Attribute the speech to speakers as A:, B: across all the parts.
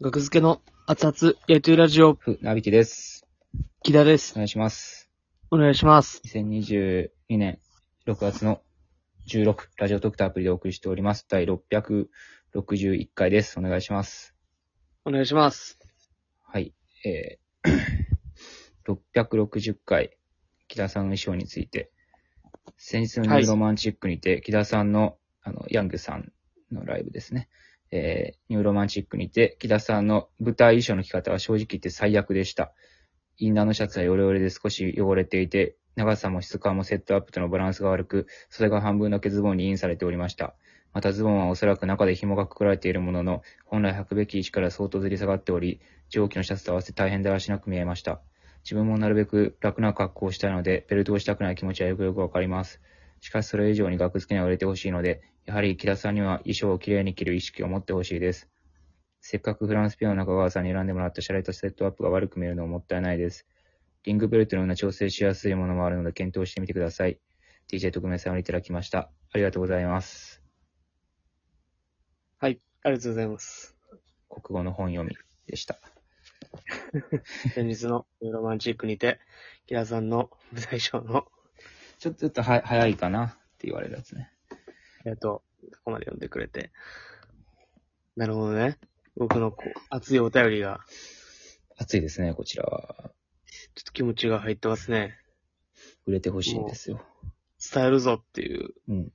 A: 学付けの熱々野球ラジオ、
B: ふ、なびきです。
A: 木田です
B: お。願いします。
A: お願いします。
B: 2022年6月の16、ラジオドクターアプリでお送りしております。第661回です。お願いします。
A: お願いします。
B: はい。え ー、660回、木田さんの衣装について、先日のニューロマンチックにて、木田さんの、あの、ヤングさんのライブですね。えー、ニューロマンチックにて、木田さんの舞台衣装の着方は正直言って最悪でした。インナーのシャツはヨレヨレで少し汚れていて、長さも質感もセットアップとのバランスが悪く、袖が半分だけズボンにインされておりました。またズボンはおそらく中で紐がくくられているものの、本来履くべき位置から相当ずり下がっており、蒸気のシャツと合わせ大変だらしなく見えました。自分もなるべく楽な格好をしたいので、ベルトをしたくない気持ちはよくよくわかります。しかしそれ以上に額付けには売れてほしいので、やはり木田さんには衣装をきれいに着る意識を持ってほしいです。せっかくフランスピアの中川さんに選んでもらったシャレたセットアップが悪く見えるのももったいないです。リングベルトのような調整しやすいものもあるので検討してみてください。DJ 特命さんをいただきました。ありがとうございます。
A: ありがとうございます。
B: 国語の本読みでした。
A: 先日のロマンチックにて、木田さんの舞台衣装の、
B: ちょっとちょっとは早いかなって言われるやつね。
A: えっと、ここまで読んでくれて。なるほどね。僕のこう熱いお便りが、
B: 暑いですね、こちらは。
A: ちょっと気持ちが入ってますね。
B: 売れてほしいんですよ。
A: 伝えるぞっていう
B: うん。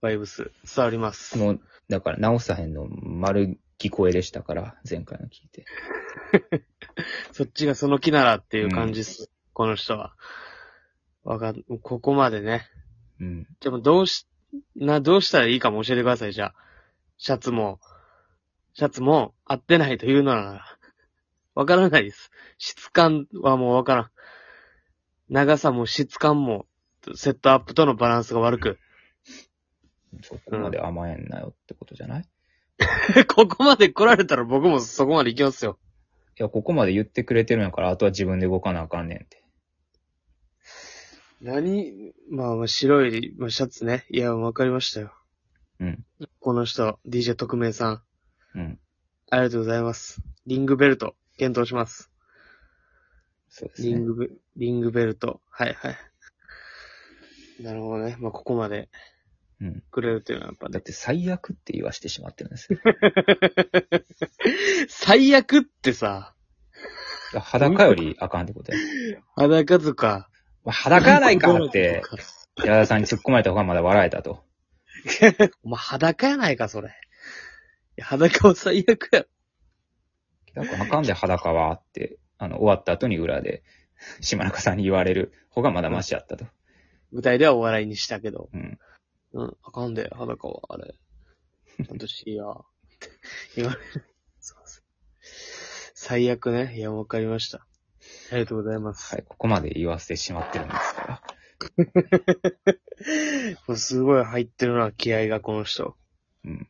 A: バイブス、伝わります。
B: もう、だから直さへんの丸聞こえでしたから、前回の聞いて。
A: そっちがその気ならっていう感じっす。この人は。わかん、ここまでね。
B: うん。
A: でもどうし、な、どうしたらいいかも教えてください、じゃあ。シャツも、シャツも合ってないというのなら、わからないです。質感はもうわからん。長さも質感も、セットアップとのバランスが悪く。
B: そこまで甘えんなよってことじゃない、い
A: ここまで来られたら僕もそこまで行きますよ。
B: や、ここまで言ってくれてるんやから、あとは自分で動かなあかんねんって。
A: 何まあまあ、白い、まあ、シャツね。いや、わかりましたよ。
B: うん。
A: この人、DJ 特命さん。
B: うん。
A: ありがとうございます。リングベルト、検討します。
B: そうです
A: リン
B: ね。
A: グベ、リングベルト。はいはい。なるほどね。まあ、ここまで
B: うん。
A: くれるというのはやっぱ
B: だっ
A: ね。
B: て最悪って言わしてしまってるんですよ。
A: 最悪ってさ、
B: いや裸よりあかんっ てことや。
A: 裸とか。
B: まあ裸やないかって、矢田さんに突っ込まれた方がまだ笑えたと。
A: お前裸やないか、それ。いや裸は最悪や。
B: なんかあかんで裸はって、あの、終わった後に裏で、島中さんに言われる方がまだマシやったと。
A: 舞台ではお笑いにしたけど。
B: うん。
A: うん、あかんで、裸は、あれ。ちゃんとしいや。って言われる。そうそう最悪ね。いや、わかりました。ありがとうございます。
B: はい、ここまで言わせてしまってるんですから。
A: もうすごい入ってるな、気合が、この人。
B: うん。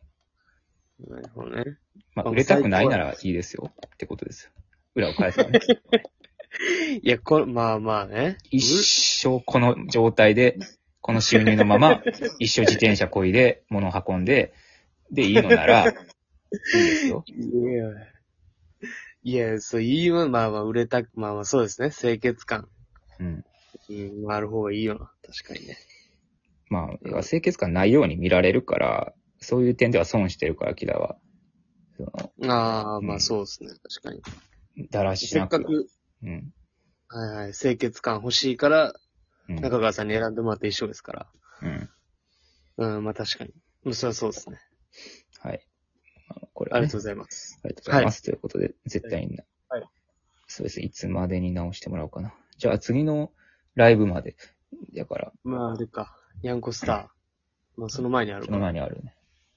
A: なるほどね。
B: まあ、
A: あ
B: 売れたくないならいいですよ。ってことですよ。裏を返す、 ね、
A: いや、これ、まあまあね。
B: 一生この状態で、この収入の まま、一生自転車こいで、物を運んで、で、いいのなら、 いいですよ。
A: いや、いや、そう、いいわ、まあまあ、売れたく、まあまあ、そうですね。清潔感。
B: うん。
A: うん、ある方がいいよな。確かにね。
B: まあ、清潔感ないように見られるから、そういう点では損してるから、キダは。その、
A: ああ、ま
B: う
A: あ
B: ん
A: そうですね。確かに。
B: だらし
A: せ
B: な
A: っ
B: く。
A: かく、
B: うん。
A: はいはい、清潔感欲しいから、
B: うん。
A: 中川さんに選んでもらった衣装ですから。
B: うん。
A: うん、まあ確かに。うんそれはそうですね。
B: はい。あのこれ
A: あ
B: は
A: り
B: ね、
A: がとうございます。
B: ありがとうございます。ということで、絶対にな。
A: はい
B: そうですね。いつまでに直してもらおうかな。じゃあ次のライブまで。だから、
A: まあ、あれか。ニャンコスター。まあ、その前にある
B: そ
A: か
B: の
A: ら。
B: 前にあるね。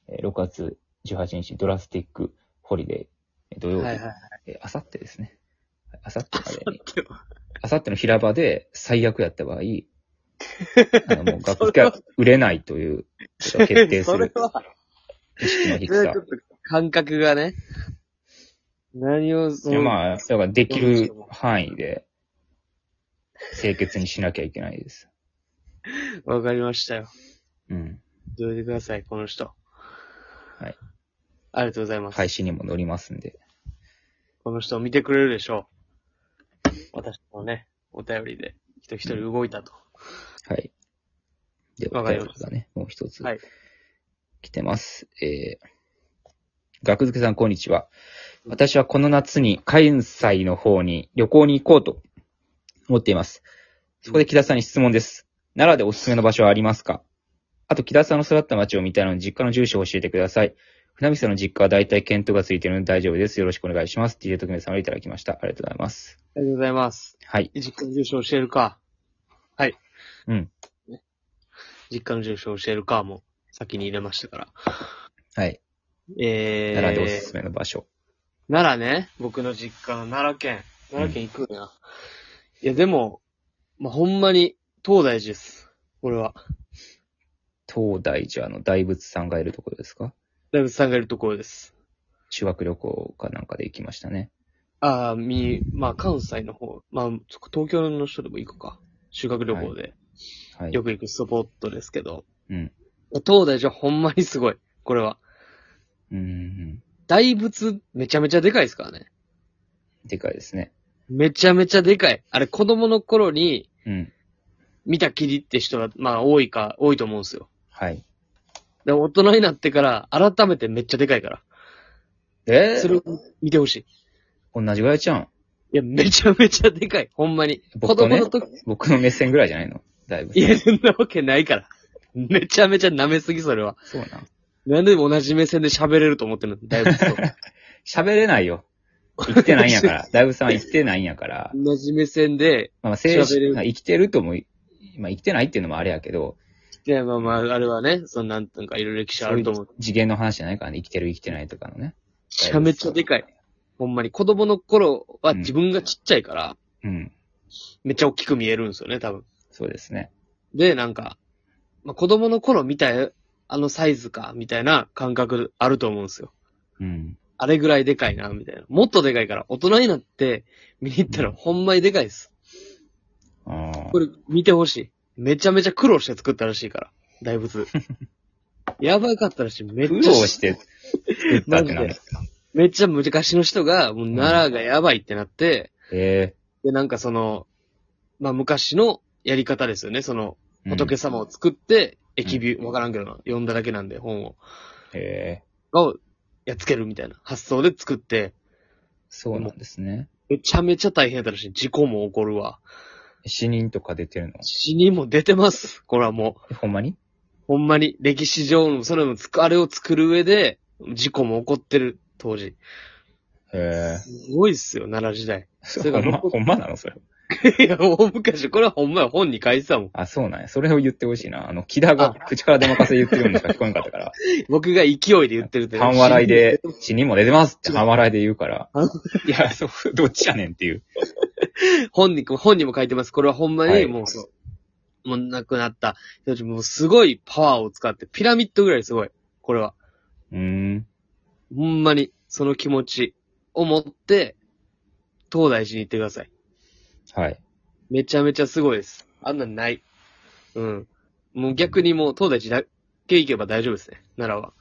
B: えー6月18日、ドラスティックホリデー、えー土曜
A: は
B: 日、
A: いはいはい。
B: えーあさってですね。あさってまでに、
A: でも
B: あさっての平場で最悪やった 場合、あのもう楽器が売れないということが決定す
A: そ
B: る
A: れは、
B: 意識の 低
A: それは
B: さ
A: ちょ。っと感覚がね。何を、そ
B: いや
A: の
B: まあ、だからできる範囲で、清潔にしなきゃいけないです。
A: わかりましたよ。
B: うん。
A: どいてください、この人。
B: はい。
A: ありがとうございます。
B: 配信にも乗りますんで。
A: この人を見てくれるでしょう。私のね、お便りで、人一人動いたと。
B: はい。で、
A: わ
B: お
A: かり
B: 便
A: ま
B: り
A: した
B: がね、もう一つ
A: はい。
B: 来てます。えー、学付けさん、こんにちは。私はこの夏に関西の方に旅行に行こうと思っています。そこで木田さんに質問です。奈良でおすすめの場所はありますかあと、木田さんの育った町を見たいので、実家の住所を教えてください。船見さんの実家は大体検討がついているので大丈夫です。よろしくお願いします。っていうときめさんをいただきました。ありがとうございます。
A: ありがとうございます。
B: はい。
A: 実家の住所教えるか。はい。
B: うん。
A: 実家の住所教えるかも、先に入れましたから。
B: はい。
A: えー、
B: 奈良でおすすめの場所。
A: 奈良ね、僕の実家の奈良県。奈良県行くんや。いや、でも、まあ、ほんまに、東大寺です。俺は。
B: 東大寺の大仏さんがいるところですか
A: 大仏さんがいるところです。
B: 修学旅行かなんかで行きましたね。
A: ああ、み、まあ、関西の方、まあ、そこ東京の人でも行くか。修学旅行で、
B: はい。
A: よく行くスポットですけど。
B: うん。
A: 東大寺はほんまにすごい。これは。
B: うんうん。
A: 大仏、めちゃめちゃでかいですからね。
B: でかいですね。
A: めちゃめちゃでかい。あれ、子供の頃に
B: うん。
A: 見たきりって人は、まあ、多いか、多いと思うんですよ。
B: はい。
A: で、大人になってから、改めてめっちゃでかいから。
B: え
A: それを見てほしい。
B: 同じぐらいじゃん。
A: いや、めちゃめちゃでかい。ほんまに。子
B: 僕と
A: 供
B: ね
A: の時、
B: 僕の目線ぐらいじゃないのだいぶ。
A: いや、そんなわけないから。めちゃめちゃ舐めすぎ、それは。
B: そうなん。
A: なんで同じ目線で喋れると思ってるの大 仏と。
B: 喋れないよ。生きてないん やから。だいぶさんは生きてないんやから。
A: 同じ目線で、
B: まあ、
A: 喋
B: 精
A: れ
B: 神、
A: る
B: まあ生きてるとも、まあ、生きてないっていうのもあれやけど、
A: いや、まあまあ、あれはね、そのなんとかいろいろ歴史あると思う。
B: 次元の話じゃないからね。生きてる生きてないとかの
A: め
B: ね。
A: ちゃめちゃでかい。ほんまに。子供の頃は自分がちっちゃいから、
B: うん。
A: めっちゃ大きく見えるんですよね、多分。
B: そうですね。
A: で、なんか、まあ、子供の頃見たあのサイズか、みたいな感覚あると思うんですよ。
B: うん。
A: あれぐらいでかいな、みたいな。もっとでかいから、大人になって見に行ったらほんまにでかいです。
B: ああ
A: こ。れ見てほしい。めちゃめちゃ苦労して作ったらしいから、大仏。やばかったらしい。めっ
B: 苦
A: ちゃ、
B: 労して作ったってな
A: マジで
B: る。
A: めっちゃ昔の人が、もう奈良がやばいってなって、
B: え
A: で、なんかその、まあ昔のやり方ですよね。その、
B: え
A: 仏様を作って、疫病、わからんけどな、読んだだけなんで、本を、
B: ええ
A: をやっつけるみたいな発想で作って、
B: そうなんですね。
A: めちゃめちゃ大変やったらしい。事故も起こるわ。
B: 死人とか出てるの
A: 死にも出てます。これはもう、
B: ほんまに
A: ほんまに歴史上の、それもつく、あれを作る上で、事故も起こってる、当時。
B: ええ
A: すごいっすよ、奈良時代。それ
B: ほ
A: が
B: んま、
A: どこ
B: ほんまなのそれ。
A: いや、大昔、これはほんまや本に書いてたもん。
B: あ、そうなんや。それを言ってほしいな。あの、木田が口から出まかせ言ってるようにしか聞こえんかったから。
A: 僕が勢いで言ってるって。
B: 半笑い。 で、死人も出てますって半笑いで言うから。いや、そう、どっちやねんっていう。
A: 本に、本にも書いてます。これはほんま
B: は
A: に、
B: い
A: もう、そうもう亡くなった人たち。もうすごいパワーを使って、ピラミッドぐらいすごい。これは。
B: うーん。
A: ほんまに、その気持ちを持って、東大寺に行ってください。
B: はい。
A: めちゃめちゃすごいです。あんなんない。うん。もう逆にもう東大寺だけ行けば大丈夫ですね。奈良は。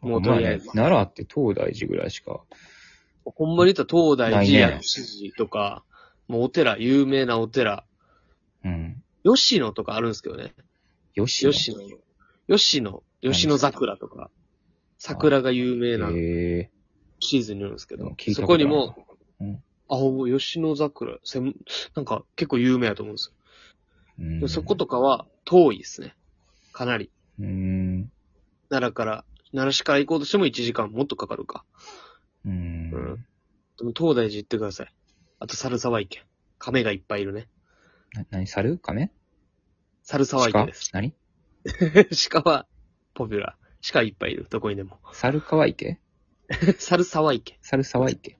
A: もうとりあえず
B: まね奈良って東大寺ぐらいしか。
A: ほんまに言ったら東大寺
B: ない
A: や
B: ね
A: 知事とか、もうお寺、有名なお寺。
B: うん。
A: 吉野とかあるんですけどね。
B: 吉野。
A: 吉野。吉野。吉野桜とか。桜が有名な
B: へえ
A: シーズンにあるんですけ
B: で
A: ど
B: も聞。いた
A: そ
B: こと
A: こ
B: ある
A: に
B: な
A: も
B: うん、
A: あ、吉野桜、せんなんか結構有名だと思うんですよ。でもそことかは遠いですね。かなり。
B: うーん。
A: 奈良から、奈良市から行こうとしても1時間もっとかかるか。
B: うー。
A: うんでも東大寺行ってください。あと猿沢池。亀がいっぱいいるね。
B: な、なに、猿亀
A: 猿沢池
B: 鹿
A: です。
B: 何
A: 鹿は、ポピュラー。鹿いっぱいいる、どこにでも。
B: 猿川池
A: 猿沢池。
B: 猿沢池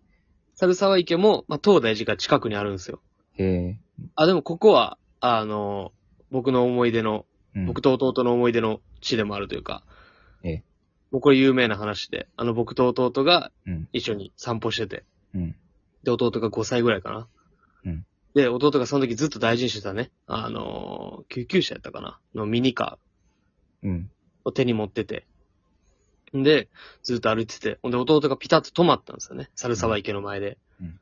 A: 猿沢池も、まあ、東大寺が近くにあるんですよ。
B: へえ
A: あ、でもここは、あの、僕の思い出の、
B: うん
A: 僕と弟の思い出の地でもあるというか、
B: ええ
A: もうこれ有名な話で、あの僕と弟が
B: うん。
A: 一緒に散歩してて、
B: うん。
A: で、弟が5歳ぐらいかな。
B: うん
A: で、弟がその時ずっと大事にしてたね、あのー救急車やったかなのミニカ
B: うん。
A: ーを手に持ってて、で、ずっと歩いてて、ほんで弟がピタッと止まったんですよね。猿沢池の前で。
B: うん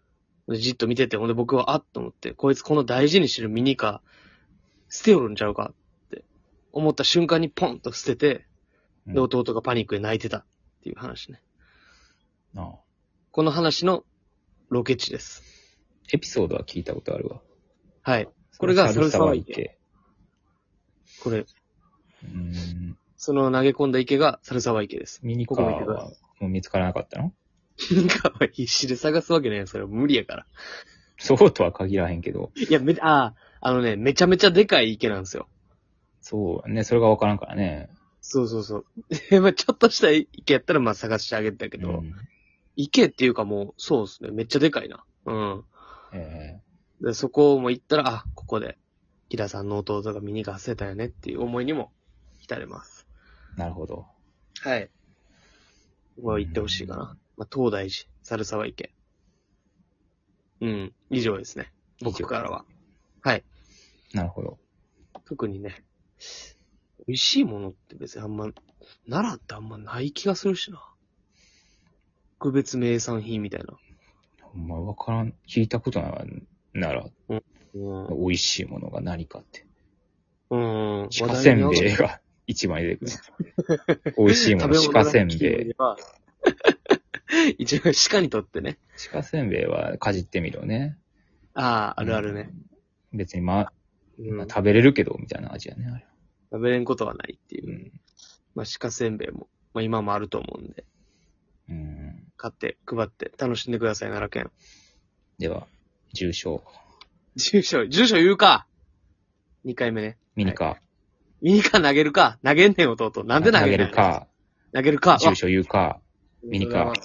A: でじっと見てて、ほんで僕はあっと思って、こいつこの大事にしてるミニカー、捨てよるんちゃうかって思った瞬間にポンと捨てて、で、
B: うん
A: 弟がパニックで泣いてたっていう話ね。
B: なあ
A: この話のロケ地です。
B: エピソードは聞いたことあるわ。
A: はい。これが猿
B: 猿沢
A: 沢
B: 池。
A: これ、
B: うーん。
A: その投げ込んだ池が猿沢池です。
B: ミニカー
A: ここも行
B: はもう見つからなかったの
A: ミニカーは必死で探すわけないですから、無理やから。
B: そうとは限らへんけど。
A: いや、め、ああ、あのね、めちゃめちゃでかい池なんですよ。
B: そうね、それがわからんからね。
A: そうそうそう。で まあちょっとした池やったら、まあ探してあげたけど、
B: うん
A: 池っていうかもう、そうですね、めっちゃでかいな。うん。
B: え
A: で、そこも行ったら、あ、ここで、木田さんの弟がミニカー捨てたよねっていう思いにも浸れます。
B: ーなるほど。
A: はい。僕は行ってほしいかな。まあ、東大寺、猿沢池。うん、以上ですね。僕からは。はい。
B: なるほど。
A: 特にね、美味しいものって別にあんま、奈良ってあんまない気がするしな。特別名産品みたいな。
B: ほんまわからん。聞いたことないわなら、
A: うん。
B: 美味しいものが何かって。
A: うん。
B: 鹿せん
A: 話題
B: べ
A: に
B: いが一枚出てくる。 美味しい
A: 上が
B: も
A: る
B: の、鹿せんべ
A: 食べ物
B: い。
A: ランキングでは 一応、鹿にとってね。
B: 鹿せんべいはかじってみろね。
A: ああ、あるあるね。
B: 別にま、
A: う
B: まあ
A: ん、食
B: 食べれるけど、みたいな味やね、あれ。
A: べれんことはないっていうう。
B: ん。
A: まあ、鹿せんべいも、まあ、今もあると思うんで、
B: うん、
A: 買って、配って、楽しんでください、奈良県。
B: では、重症、
A: 住所、住所言うか !2 回目ね。
B: ミニカ
A: ミニカー投げるか投げんねん、弟。
B: ー、
A: なんで投げ
B: 投げ
A: ない
B: る。か、
A: 投げるか。
B: 住所言うか、ミ
A: ありがとう
B: ニカー
A: ございます